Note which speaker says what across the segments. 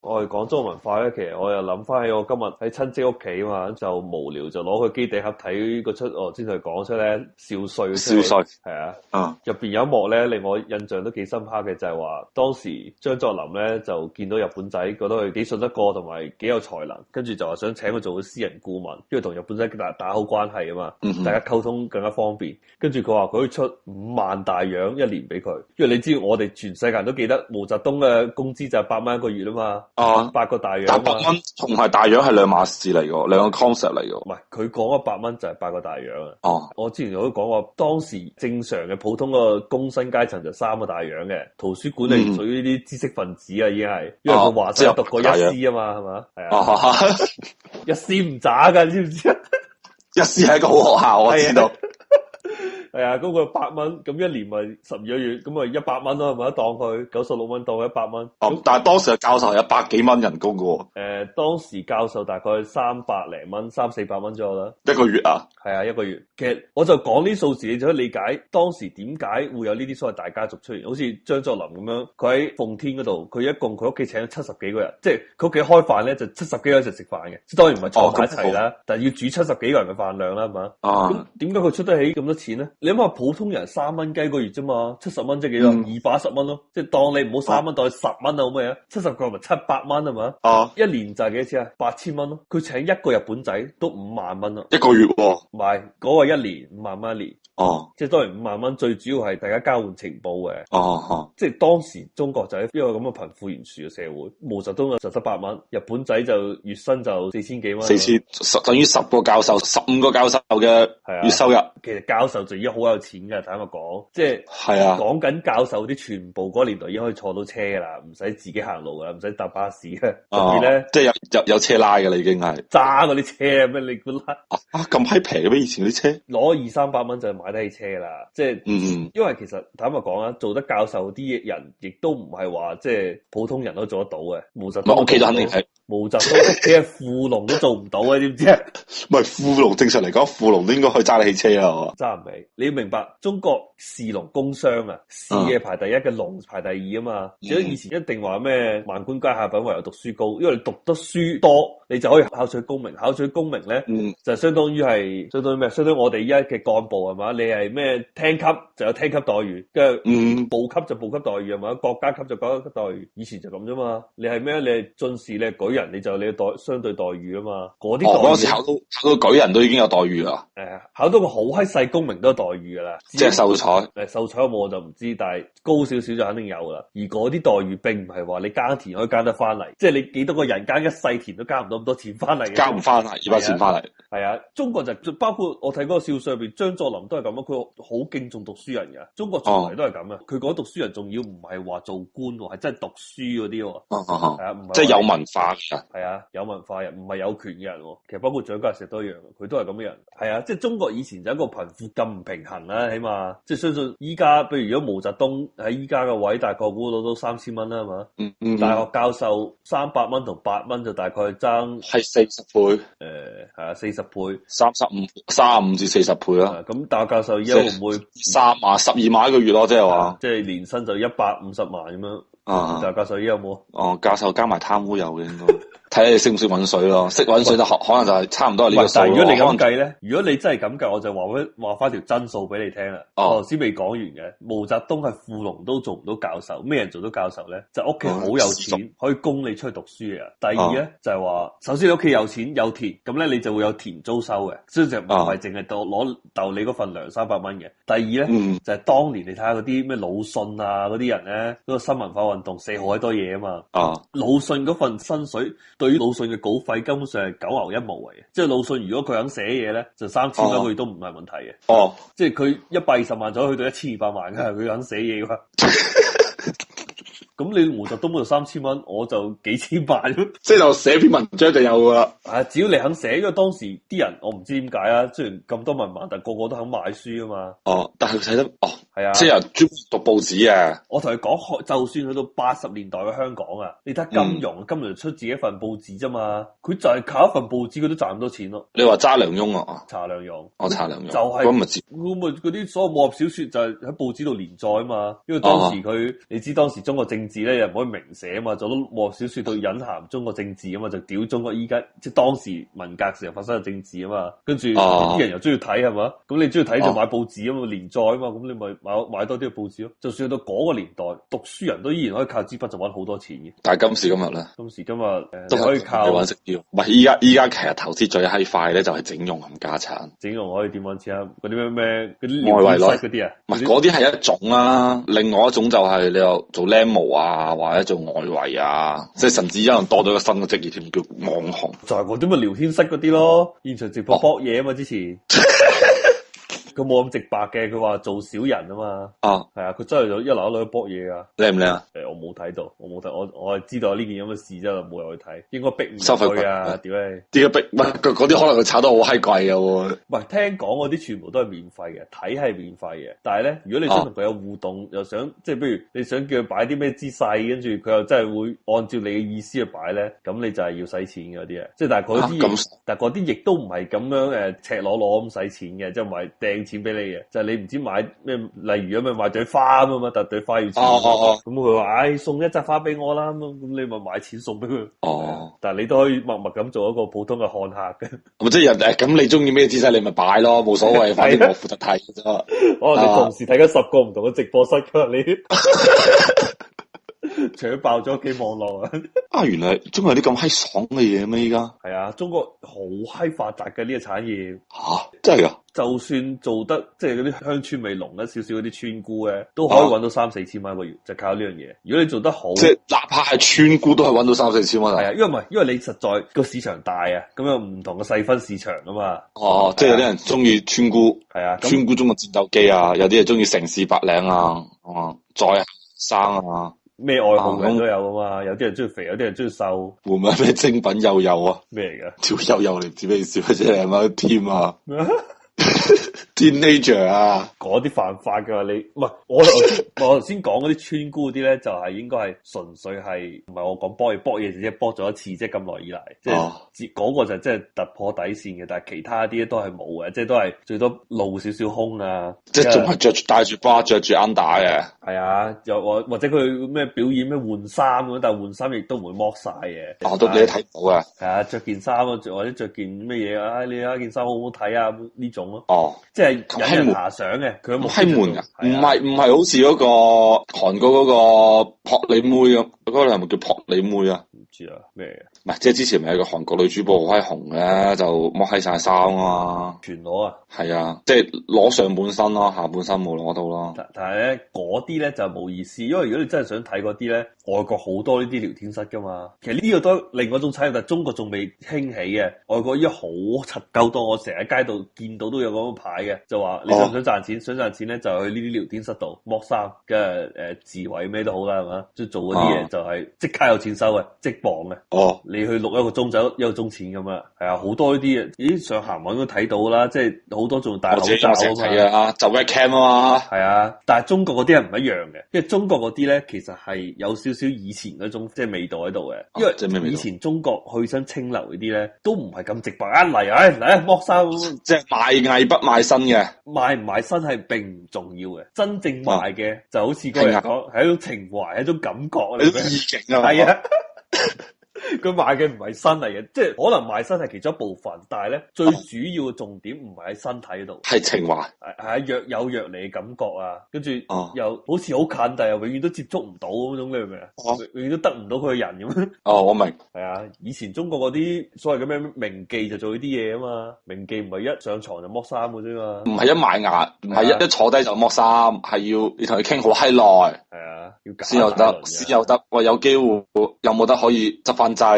Speaker 1: 我哋講中國文化咧，其實我又諗翻起我今日喺親戚屋企啊嘛，就無聊就攞佢機頂盒睇嗰出，我之前講出咧少帥
Speaker 2: 少帥
Speaker 1: 係啊。
Speaker 2: 啊，
Speaker 1: 入邊有一幕咧，令我印象都幾深刻嘅，就係、話當時張作霖咧就見到日本仔，覺得佢幾信得過，同埋幾有才能，跟住就話想請佢做私人顧問，因為同日本仔打打好關係啊嘛，
Speaker 2: 嗯哼
Speaker 1: 大家溝通更加方便。跟住佢話佢可以出五萬大洋一年俾佢，因為你知我哋全世界人都記得毛澤東嘅工資就係八蚊一個月啊嘛，
Speaker 2: 啊
Speaker 1: 八個大洋啊
Speaker 2: 但百
Speaker 1: 嘛，
Speaker 2: 蚊同埋大洋係兩碼事嚟嘅，兩個 concept 嚟嘅。
Speaker 1: 唔係佢講一百蚊就係八個大洋啊。
Speaker 2: 哦，
Speaker 1: 我之前有都講過，當時正常嘅普通個工薪階層就三個大洋嘅，圖書館係
Speaker 2: 嗯
Speaker 1: 屬於呢啲知識分子啊，已經係，因為佢話
Speaker 2: 即係
Speaker 1: 晒讀過一
Speaker 2: 大洋
Speaker 1: C 啊嘛，係嘛，係啊，
Speaker 2: 哦，
Speaker 1: 一 C 唔渣噶，你知唔知啊？
Speaker 2: 一師係一個好學校，我
Speaker 1: 啊
Speaker 2: 知道。
Speaker 1: 係啊，咁佢八蚊，咁一年咪十二個月，咁咪一百蚊咯，係咪？當佢九十六蚊當佢一百蚊，
Speaker 2: 哦，但係當時嘅教授係一百幾蚊人工嘅
Speaker 1: 誒、
Speaker 2: 喎，
Speaker 1: 當時教授大概三百零蚊，三四百蚊左右啦。
Speaker 2: 一個月啊。
Speaker 1: 係啊，一個月。其實我就講呢數字，你就可以理解當時點解會有呢啲所謂大家族出現。好似張作霖咁樣，佢喺奉天嗰度，佢一共佢屋企請咗七十幾個人，即係佢屋企開飯咧就七十幾個人一齊食飯嘅，即係當然唔係坐埋一齊啦，但係要煮七十幾個人嘅飯量啦，係嘛？咁
Speaker 2: 啊，
Speaker 1: 點解佢出得起咁多錢咧？你諗下普通人三蚊雞一個月啫嘛，七十蚊即係幾多？
Speaker 2: 嗯
Speaker 1: 二百一十蚊咯，即係當你唔好三蚊，當你十蚊啊，好咩啊？七十個咪七百蚊係嘛？
Speaker 2: 啊，
Speaker 1: 一年就係幾多錢啊？八千蚊咯，佢請一個日本仔都五萬蚊啦。啊
Speaker 2: 一個月喎。
Speaker 1: 唔係嗰個一年五萬蚊一年，
Speaker 2: 哦，
Speaker 1: 即係當然五萬蚊最主要係大家交換情報嘅，
Speaker 2: 哦，哦，
Speaker 1: 即係當時中國就係一個咁嘅貧富懸殊嘅社會，毛澤東就十七八蚊，日本仔就月薪就四千幾蚊，
Speaker 2: 四千十等於十個教授，十五個教授嘅
Speaker 1: 係啊
Speaker 2: 月收入。
Speaker 1: 其實教授就已經好有錢㗎，坦白講，即係。
Speaker 2: 係啊，
Speaker 1: 講緊教授啲全部嗰年代已經可以坐到車㗎啦，唔使自己行路㗎啦，唔使搭巴士嘅。特
Speaker 2: 哦
Speaker 1: 別咧，
Speaker 2: 即係有有有車拉嘅啦，已經係
Speaker 1: 揸嗰啲車咩？你估啦，
Speaker 2: 啊啊咁閪平嘅咩？以前嗰啲車，
Speaker 1: 攞二三百蚊就買得起車㗎啦，即係
Speaker 2: 嗯，
Speaker 1: 因為其實坦白講啊，做得教授啲人，亦都唔係話即係普通人都做得到嘅。毛澤
Speaker 2: 唔係
Speaker 1: 東
Speaker 2: 屋企就肯定係，
Speaker 1: 毛澤東屋企係富農都做唔到嘅，知唔 知啊？
Speaker 2: 唔係富農正常嚟講，富農都應該可以揸得起車啦，係嘛？
Speaker 1: 揸唔起，你要明白中國士農工商啊，士嘅排第一，嘅農排第二啊嘛。
Speaker 2: 嗯
Speaker 1: 如果以前一定話咩萬貫皆下品，唯有讀書高，因為你讀得書多，你就可以考取功名。考取功名咧，
Speaker 2: 嗯，
Speaker 1: 就相當於係相當於咩？相當於我哋依家嘅幹部係嘛？你係咩廳級就有廳級待遇，跟住。
Speaker 2: 嗯，
Speaker 1: 部級就部級待遇係嘛，國家級就國家級待遇，以前就咁啫嘛。你係咩？你係進士，你係舉人，你就有你嘅待相對待遇啊嘛。嗰啲
Speaker 2: 哦，
Speaker 1: 待
Speaker 2: 嗰陣時
Speaker 1: 遇，誒、
Speaker 2: 考到考到舉人都已經有待遇啦，
Speaker 1: 考到個好閪細功名都有待遇噶啦。
Speaker 2: 即係秀才。
Speaker 1: 誒秀才有冇我就唔知，但係高少少就肯定有㗎啦。而嗰啲待遇並唔係話你耕田可以耕得翻嚟，即係你幾多個人耕一世田都耕唔到咁多錢翻嚟嘅。
Speaker 2: 交唔翻啦，二百錢翻嚟。
Speaker 1: 係啊，中國就包括我睇嗰個少帥入邊，張作霖都係咁啊，佢好敬重讀書人嘅。中國從
Speaker 2: 哦
Speaker 1: 嚟都係咁啊，佢講讀書人仲要唔係話做官喎，係真係讀書嗰啲喎。
Speaker 2: 哦哦哦
Speaker 1: 係啊，唔係
Speaker 2: 即係有
Speaker 1: 話
Speaker 2: 文化嘅。
Speaker 1: 係啊，有文化人，唔係有權嘅人喎。其實包括蔣介石都一樣，佢都係咁嘅人。係啊，即係中國以前就一個貧富咁唔平衡啦，起碼即係相信依家，譬如如果毛澤東喺依家嘅位，大概估攞到三千蚊啦，係嘛？
Speaker 2: 嗯嗯，
Speaker 1: 大學教授三百蚊同八蚊就大概爭
Speaker 2: 係四十倍、
Speaker 1: 誒係啊四十倍。
Speaker 2: 三十五、三十五至四十倍啦，
Speaker 1: 啊咁大學教授而家會唔會？
Speaker 2: 三萬、十二萬一個月咯，即係話。
Speaker 1: 即係年薪就一百五十萬咁樣。
Speaker 2: 啊
Speaker 1: 大教授依家有冇？
Speaker 2: 哦，教授加埋貪污有嘅應 該，睇你識唔識揾水咯。識揾水就可可能就係差唔多係
Speaker 1: 喂
Speaker 2: 呢個，數啊
Speaker 1: 但係
Speaker 2: 咯
Speaker 1: 如果你
Speaker 2: 可
Speaker 1: 咁
Speaker 2: 能
Speaker 1: 計咧，如果你真係咁計，我就話翻話翻條真數俾你聽啦。
Speaker 2: 哦
Speaker 1: 我頭先未講完嘅，毛澤東係富農都做唔到教授，咩人做到教授咧？就屋企好
Speaker 2: 哦
Speaker 1: 有錢，可以供你出去讀書嘅人。第二咧、就係話，首先你屋企有錢有田，咁咧你就會有田租收嘅，所以就唔
Speaker 2: 哦
Speaker 1: 係淨係到攞鬥你嗰份糧三百蚊嘅。第二咧。
Speaker 2: 嗯
Speaker 1: 就係當年你睇下嗰啲咩魯迅啊嗰啲人咧，嗰、個新文化運動寫好閪多嘢啊嘛，
Speaker 2: 啊
Speaker 1: 魯迅嗰份薪水對於魯迅嘅稿費根本上係九牛一毛嚟嘅，即係魯迅如果佢肯寫嘢咧，就三千蚊
Speaker 2: 哦
Speaker 1: 佢都唔係問題嘅，
Speaker 2: 哦，
Speaker 1: 即係佢一百二十萬左右去到一千二百萬
Speaker 2: 嗯
Speaker 1: 嘅，佢肯寫嘢嘅話。咁你毛澤東嗰度三千蚊，我就幾千萬咯。
Speaker 2: 即係就寫篇文章就有噶啦。
Speaker 1: 啊，只要你肯寫，因為當時啲人我唔知點解啊，雖然咁多文盲，但個個都肯買書啊嘛。
Speaker 2: 哦，但係佢睇得哦，
Speaker 1: 係啊，
Speaker 2: 即係有人專門讀報紙嘅。
Speaker 1: 我同你講，就算去到八十年代嘅香港啊，你睇金
Speaker 2: 嗯
Speaker 1: 融，金融出自己一份報紙啫嘛，佢就係靠一份報紙，佢都賺咁多錢咯。
Speaker 2: 你話揸梁翁啊？
Speaker 1: 查良鏞，
Speaker 2: 我查梁翁，
Speaker 1: 就係
Speaker 2: 咁咪知
Speaker 1: 咁
Speaker 2: 哦
Speaker 1: 咪嗰啲所有武俠小説就係喺報紙度連載啊嘛，因為當時佢、你知當時中國政治咧又唔可以明寫啊嘛，做到莫小說到隱含中國政治啊嘛，就屌中國依家即係當時文革時候發生嘅政治啊嘛，跟住
Speaker 2: 哦
Speaker 1: 啲人又中意睇係嘛，咁你中意睇就
Speaker 2: 哦
Speaker 1: 買報紙啊嘛，連載啊嘛，咁你咪買買多啲嘅報紙咯。就算去到嗰個年代，讀書人都依然可以靠支筆就揾好多錢嘅。
Speaker 2: 但係今時今日咧，
Speaker 1: 今時今日誒、呃
Speaker 2: 都
Speaker 1: 你可以
Speaker 2: 係
Speaker 1: 靠
Speaker 2: 揾食要。唔係依家依家其實投資最閪快咧，就係整容冚家產。
Speaker 1: 整容可以點揾錢啊？嗰啲咩咩嗰啲
Speaker 2: 外圍
Speaker 1: 療
Speaker 2: 內
Speaker 1: 嗰啲啊，
Speaker 2: 唔係
Speaker 1: 嗰啲
Speaker 2: 嗰啲係一種啦，另外一種就係你又做 l e m o 啊，或者做外圍啊，即係甚至有人多咗個新嘅職業添，叫網紅。
Speaker 1: 就係嗰啲咪聊天室嗰啲咯，現場直播
Speaker 2: 哦
Speaker 1: 搏嘢啊嘛，之 前佢冇咁直白嘅，佢話做小人啊嘛，
Speaker 2: 啊，
Speaker 1: 係啊，佢真係有一樓一樓去搏嘢噶。
Speaker 2: 靚唔靚啊？
Speaker 1: 誒、我冇睇到，我冇睇，我我係知道有呢件咁嘅事啫，冇人去睇，應該逼唔
Speaker 2: 收費
Speaker 1: 入去啊！
Speaker 2: 貴
Speaker 1: 屌你，
Speaker 2: 啲嘅逼，唔係佢嗰啲可能佢炒得好閪貴嘅喎。
Speaker 1: 喂，聽講嗰啲全部都係免費嘅，睇係免費嘅，但係咧，如果你
Speaker 2: 哦
Speaker 1: 想同佢有互動，又想即係，譬如你想叫佢擺啲咩姿勢，跟住佢又真係會按照你嘅意思去擺咧，咁你就係要使錢嘅嗰啲啊，即係但係嗰
Speaker 2: 啊
Speaker 1: 啲
Speaker 2: 咁
Speaker 1: 亦，但係嗰啲亦都唔係咁樣誒、赤裸裸咁使錢嘅，即係唔係掟錢俾你嘅，就係、你唔知買咩，例如有咩買朵花咁啊嘛，但係朵花要錢，
Speaker 2: 哦哦哦
Speaker 1: 咁佢話唉送一扎花俾我啦，咁咁你咪買錢送俾佢，
Speaker 2: 哦，
Speaker 1: 但係你都可以默默咁做一個普通嘅看客 嘅。
Speaker 2: 咁即係人誒，哎咁你中意咩姿勢你咪擺咯，冇所謂，反
Speaker 1: 啊
Speaker 2: 正我負責睇嘅啫。
Speaker 1: 哦，你
Speaker 2: 啊
Speaker 1: 同時睇緊十個唔同嘅直播室噶， 你搶爆咗屋企網絡啊！
Speaker 2: 啊，原來中國有啲咁閪爽嘅嘢咩？依家
Speaker 1: 係啊，中國好閪發達嘅呢個產業，
Speaker 2: 吓，真係啊噶？
Speaker 1: 就算做得即係嗰啲鄉村味濃一啊少少嗰啲村姑咧，都可以揾到三四千蚊一個月，就靠呢樣嘢。如果你做得好，
Speaker 2: 啊即係哪怕係村姑都係揾到三四千蚊
Speaker 1: 係
Speaker 2: 啊！
Speaker 1: 啊，因為唔係，因為你實在個市場大啊，咁有唔同嘅細分市場啊嘛，
Speaker 2: 哦，即係有啲人中意村姑，
Speaker 1: 係啊，咁
Speaker 2: 村姑中國戰鬥機啊，有啲人中意城市白領啊，啊，再生啊，
Speaker 1: 咩愛好嘅人
Speaker 2: 啊咁
Speaker 1: 都有啊嘛，有啲人中意肥，有啲人中意瘦，
Speaker 2: 會唔會有咩精品又有啊？
Speaker 1: 咩嚟㗎？
Speaker 2: 條又有嚟自咩意思？即係係咪添啊
Speaker 1: 咩啊
Speaker 2: ？teenager 啊，
Speaker 1: 嗰啲犯法㗎你唔係我 頭我頭先講嗰啲村姑嗰啲咧，就係、應該係純粹係唔係我講搏嘢搏嘢，只係搏咗一次啫，咁耐以嚟，即係
Speaker 2: 哦
Speaker 1: 只嗰個就真係突破底線嘅，但係其他啲都係冇嘅，即係都係最多露少少胸啊，
Speaker 2: 即係仲
Speaker 1: 係
Speaker 2: 係着住戴住巴着住 under 嘅。
Speaker 1: 係啊，又或或者佢咩表演咩換衫咁，但係換衫亦都唔會剝晒嘅，啊
Speaker 2: 哦，都俾你睇到嘅。
Speaker 1: 係啊，着件衫啊，着或者着件咩嘢啊，你睇下件衫好唔好睇啊咁呢種咯，
Speaker 2: 哦，
Speaker 1: 即係引
Speaker 2: 咁閪
Speaker 1: 人
Speaker 2: 悶
Speaker 1: 遐想嘅，佢有冇
Speaker 2: 好閪悶噶，唔
Speaker 1: 係啊
Speaker 2: 係唔係好似嗰個韓國嗰個朴里妹咁，嗰、個係咪叫朴里妹啊？
Speaker 1: 唔知啊咩嘅。
Speaker 2: 唔係，即係之前咪有個韓國女主播好閪紅嘅，就剝閪晒衫啊嘛，
Speaker 1: 全裸啊！
Speaker 2: 係啊，即係攞上半身咯，下半身冇攞到咯。
Speaker 1: 但但係咧，嗰啲咧就冇意思，因為如果你真係想睇嗰啲咧，外國好多呢啲聊天室噶嘛。其實呢個都係另外一種產業，但係中國仲未興起嘅。外國依家好柒鳩多，我成日喺街度見到都有咁嘅牌嘅，就話
Speaker 2: 哦
Speaker 1: 你想唔想賺錢？想賺錢咧就去呢啲聊天室度剝衫，跟住誒自慰咩都好啦，係嘛？即係做嗰啲嘢
Speaker 2: 哦
Speaker 1: 就係即刻有錢收嘅，即磅嘅。
Speaker 2: 哦，
Speaker 1: 你去錄一個鐘就一個鐘錢咁啊，係啊，好多呢啲嘢，咦上鹹網都睇到啦，即係好多仲戴
Speaker 2: 我
Speaker 1: 口
Speaker 2: 自己
Speaker 1: 罩
Speaker 2: 我成日
Speaker 1: 啊嘛
Speaker 2: 睇。啊，就 webcam 啊嘛。
Speaker 1: 係啊，但係中國嗰啲係唔一樣嘅，因為中國嗰啲咧其實係有少少以前嗰種即係味道喺度嘅，因
Speaker 2: 哦即係咩
Speaker 1: 為
Speaker 2: 味
Speaker 1: 以
Speaker 2: 道
Speaker 1: 前中國去親清流嗰啲咧都唔係咁直白，一嚟唉嚟啊剝衫咁
Speaker 2: 即係賣藝不賣身嘅，
Speaker 1: 賣唔賣身係並唔重要嘅，真正賣嘅就好似嗰
Speaker 2: 啊
Speaker 1: 個人講係一種情懷，係一種感覺嚟
Speaker 2: 你
Speaker 1: 嘅
Speaker 2: 都。意境啊，
Speaker 1: 係啊， 佢賣嘅唔係身嚟嘅，即係可能賣身係其中一部分，但係咧最主要嘅重點唔係喺身體度，
Speaker 2: 係情懷。
Speaker 1: 係係啊，若有若離嘅感覺啊，跟住
Speaker 2: 哦
Speaker 1: 又好似好近，但係又永遠都接觸唔到嗰種，你明唔明啊？
Speaker 2: 哦
Speaker 1: 永永遠都得唔到佢嘅人咁 樣。
Speaker 2: 哦，我明。
Speaker 1: 係啊，以前中國嗰啲所謂嘅咩名妓就做呢啲嘢啊嘛，名妓唔係一上床就剝衫嘅啫嘛。
Speaker 2: 唔係一埋牙，唔係
Speaker 1: 係啊
Speaker 2: 一一坐低就剝衫，係要你同佢傾好閪耐
Speaker 1: 係啊，要搞
Speaker 2: 先有
Speaker 1: 大輪
Speaker 2: 得，
Speaker 1: 嘅
Speaker 2: 先有得。喂，有機會有冇得可以執翻掣？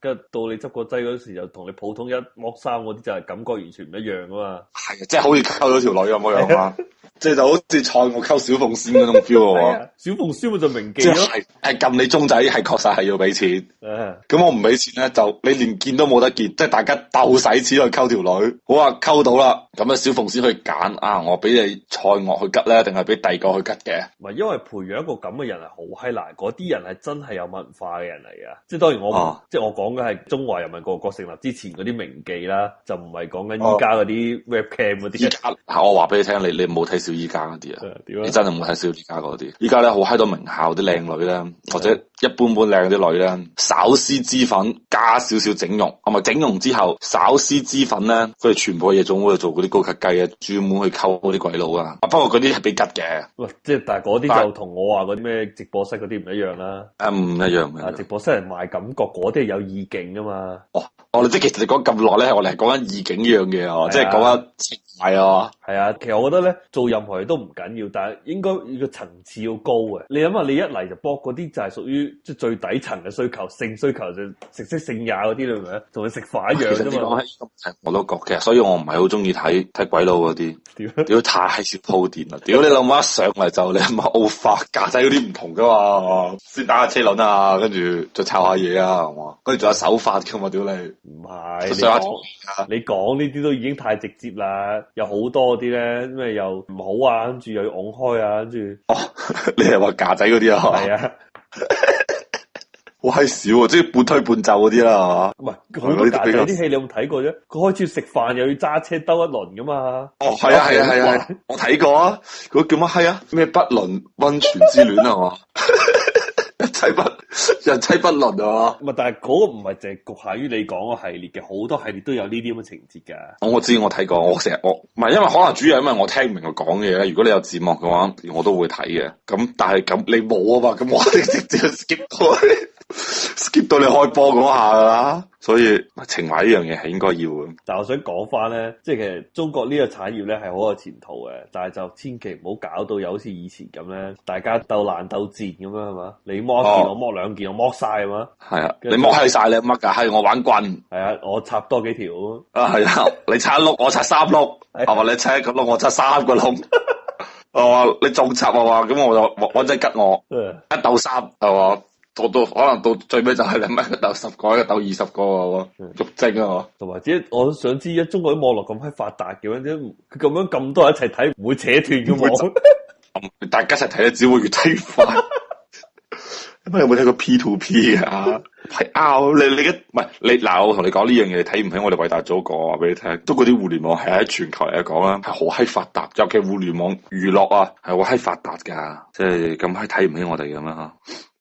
Speaker 1: 跟住到你執個劑嗰時，就同你普通一剝衫嗰啲就係感覺完全唔一樣噶嘛。
Speaker 2: 係啊，即係好似溝咗條女咁樣啊！即係就好似蔡我溝小鳳仙嗰種 feel
Speaker 1: 係
Speaker 2: 喎。
Speaker 1: 啊，小鳳燒咪就名
Speaker 2: 即
Speaker 1: 妓咯。
Speaker 2: 係係撳你鐘仔，係確實係要俾錢。
Speaker 1: 啊
Speaker 2: 咁我唔俾錢咧，就你連見都冇得見，即係大家鬥使錢去溝條女。好啊，溝到啦，咁啊小鳳仙去揀啊，我俾你蔡樂去吉咧，定係俾第二個去吉嘅？
Speaker 1: 唔係，因為培養一個咁嘅人係好閪難，嗰啲人係真係有文化嘅人嚟嘅。即係當然我唔、
Speaker 2: 哦
Speaker 1: 即係我講嘅係中華人民共和國成立之前嗰啲名記啦，就唔係講緊依家嗰啲 webcam 嗰
Speaker 2: 哦依啊
Speaker 1: 啲。
Speaker 2: 家嗱，我話俾你聽，你你冇睇小少依家嗰啲啊。
Speaker 1: 屌啊
Speaker 2: 你！真係冇睇少依家嗰啲，依家咧好閪多名校啲靚女咧，或者一般般靚啲女咧，稍施脂粉加少少整容，啊唔係整容之後稍施脂粉咧，佢哋全部嘅夜總會度做嗰啲高級雞啊，專門去溝嗰啲鬼佬啊。啊不過嗰啲係俾吉嘅，
Speaker 1: 喂，即係但係嗰啲
Speaker 2: 但
Speaker 1: 就同我話嗰啲咩直播室嗰啲唔一樣啦。
Speaker 2: 啊唔一樣
Speaker 1: 啊，直
Speaker 2: 嘅。
Speaker 1: 播室係賣感覺，嗰啲係有意境噶嘛。
Speaker 2: 哦，我哋即係其實你講咁耐咧，我哋係講緊意境呢樣嘢
Speaker 1: 係啊
Speaker 2: 啊，即係講緊情懷啊。
Speaker 1: 係啊，其實我覺得咧，做任何嘢都唔緊要，但係應該個層次要高嘅。你諗下，你一嚟就搏嗰啲就係屬於即係最底層嘅需求，性需求就食色性也嗰啲，你明唔明啊？同佢食飯一樣
Speaker 2: 其實你
Speaker 1: 啫嘛
Speaker 2: 講。起呢個問題我都覺嘅，所以我唔係好中意睇睇鬼佬嗰啲。
Speaker 1: 屌
Speaker 2: 屌太少鋪墊啦！屌你老母一上嚟就你阿媽奧法架仔嗰啲唔同噶嘛，先打下車輪啊，跟住再抄下嘢啊，係嘛？跟住仲有手法噶嘛，屌你！
Speaker 1: 唔係
Speaker 2: 上
Speaker 1: 你
Speaker 2: 下
Speaker 1: 講
Speaker 2: 條啊！
Speaker 1: 你講呢啲都已經太直接啦，有好多啲咧，咩又唔好啊，跟住又要㧬開啊，跟住
Speaker 2: 哦，你係話架仔嗰啲啊？
Speaker 1: 係啊，
Speaker 2: 好閪少喎，即係半推半就嗰啲啦，係嘛？
Speaker 1: 唔係
Speaker 2: 哦嗰
Speaker 1: 好
Speaker 2: 啲
Speaker 1: 多
Speaker 2: 都
Speaker 1: 大
Speaker 2: 比
Speaker 1: 仔
Speaker 2: 較
Speaker 1: 啲戲你有冇睇過啫？佢開始食飯又要揸車兜一輪噶嘛，
Speaker 2: 哦，係啊，係啊，係啊，係啊我睇過啊，嗰個叫乜閪啊？咩不倫温泉之戀啊係嘛？ 人妻不人妻不倫啊嘛？
Speaker 1: 唔係但係嗰個唔係淨係局限於你講個系列嘅，好多系列都有呢啲咁嘅情節㗎。
Speaker 2: 我我知我睇過，我成日我唔係因為可能主要係因為我聽唔明佢講嘅嘢咧。如果你有字幕嘅話，我都會睇嘅。咁但係咁你冇啊嘛，咁我 哋直接 skip 到 skip 到你開波嗰下噶啦。所以情懷呢樣嘢係應該要嘅。
Speaker 1: 但我想講翻咧，即係其實中國呢個產業咧係好有前途嘅，但係就千祈唔好搞到又好似以前咁咧，大家鬥爛鬥賤咁樣係嘛？你剝一件
Speaker 2: 哦
Speaker 1: 我剝兩件，我剝晒係嘛？
Speaker 2: 係啊，你剝閪晒你乜㗎？係我玩棍
Speaker 1: 係啊，我插多幾條咁
Speaker 2: 啊，係啊， 你插一碌我插三碌，
Speaker 1: 係
Speaker 2: 係嘛？你插一個碌我插三個窿， 係嘛？你仲插係嘛？咁我就我我真係吉我。
Speaker 1: 樣。
Speaker 2: 一斗三係嘛，到到可能到最尾就係你咪一斗十個，一斗二十個喎，
Speaker 1: 嗯
Speaker 2: 肉精啊
Speaker 1: 同埋，即係我想知，一中國啲網絡咁閪發達嘅，或者佢咁樣咁多人一齊睇，唔會扯斷嘅
Speaker 2: 唔會
Speaker 1: 網。
Speaker 2: 喎，大家一齊睇咧，只會越睇越 快。咁你有冇睇過 P to P 啊？係拗你你嘅唔係你嗱，我同你講呢樣嘢，你睇唔起我哋偉大祖國，我話俾你聽，中國啲互聯網係喺全球嚟講啊啦，係好閪發達，尤其互聯網娛樂啊，係好閪發達㗎，即係咁閪睇唔起我哋咁樣嚇。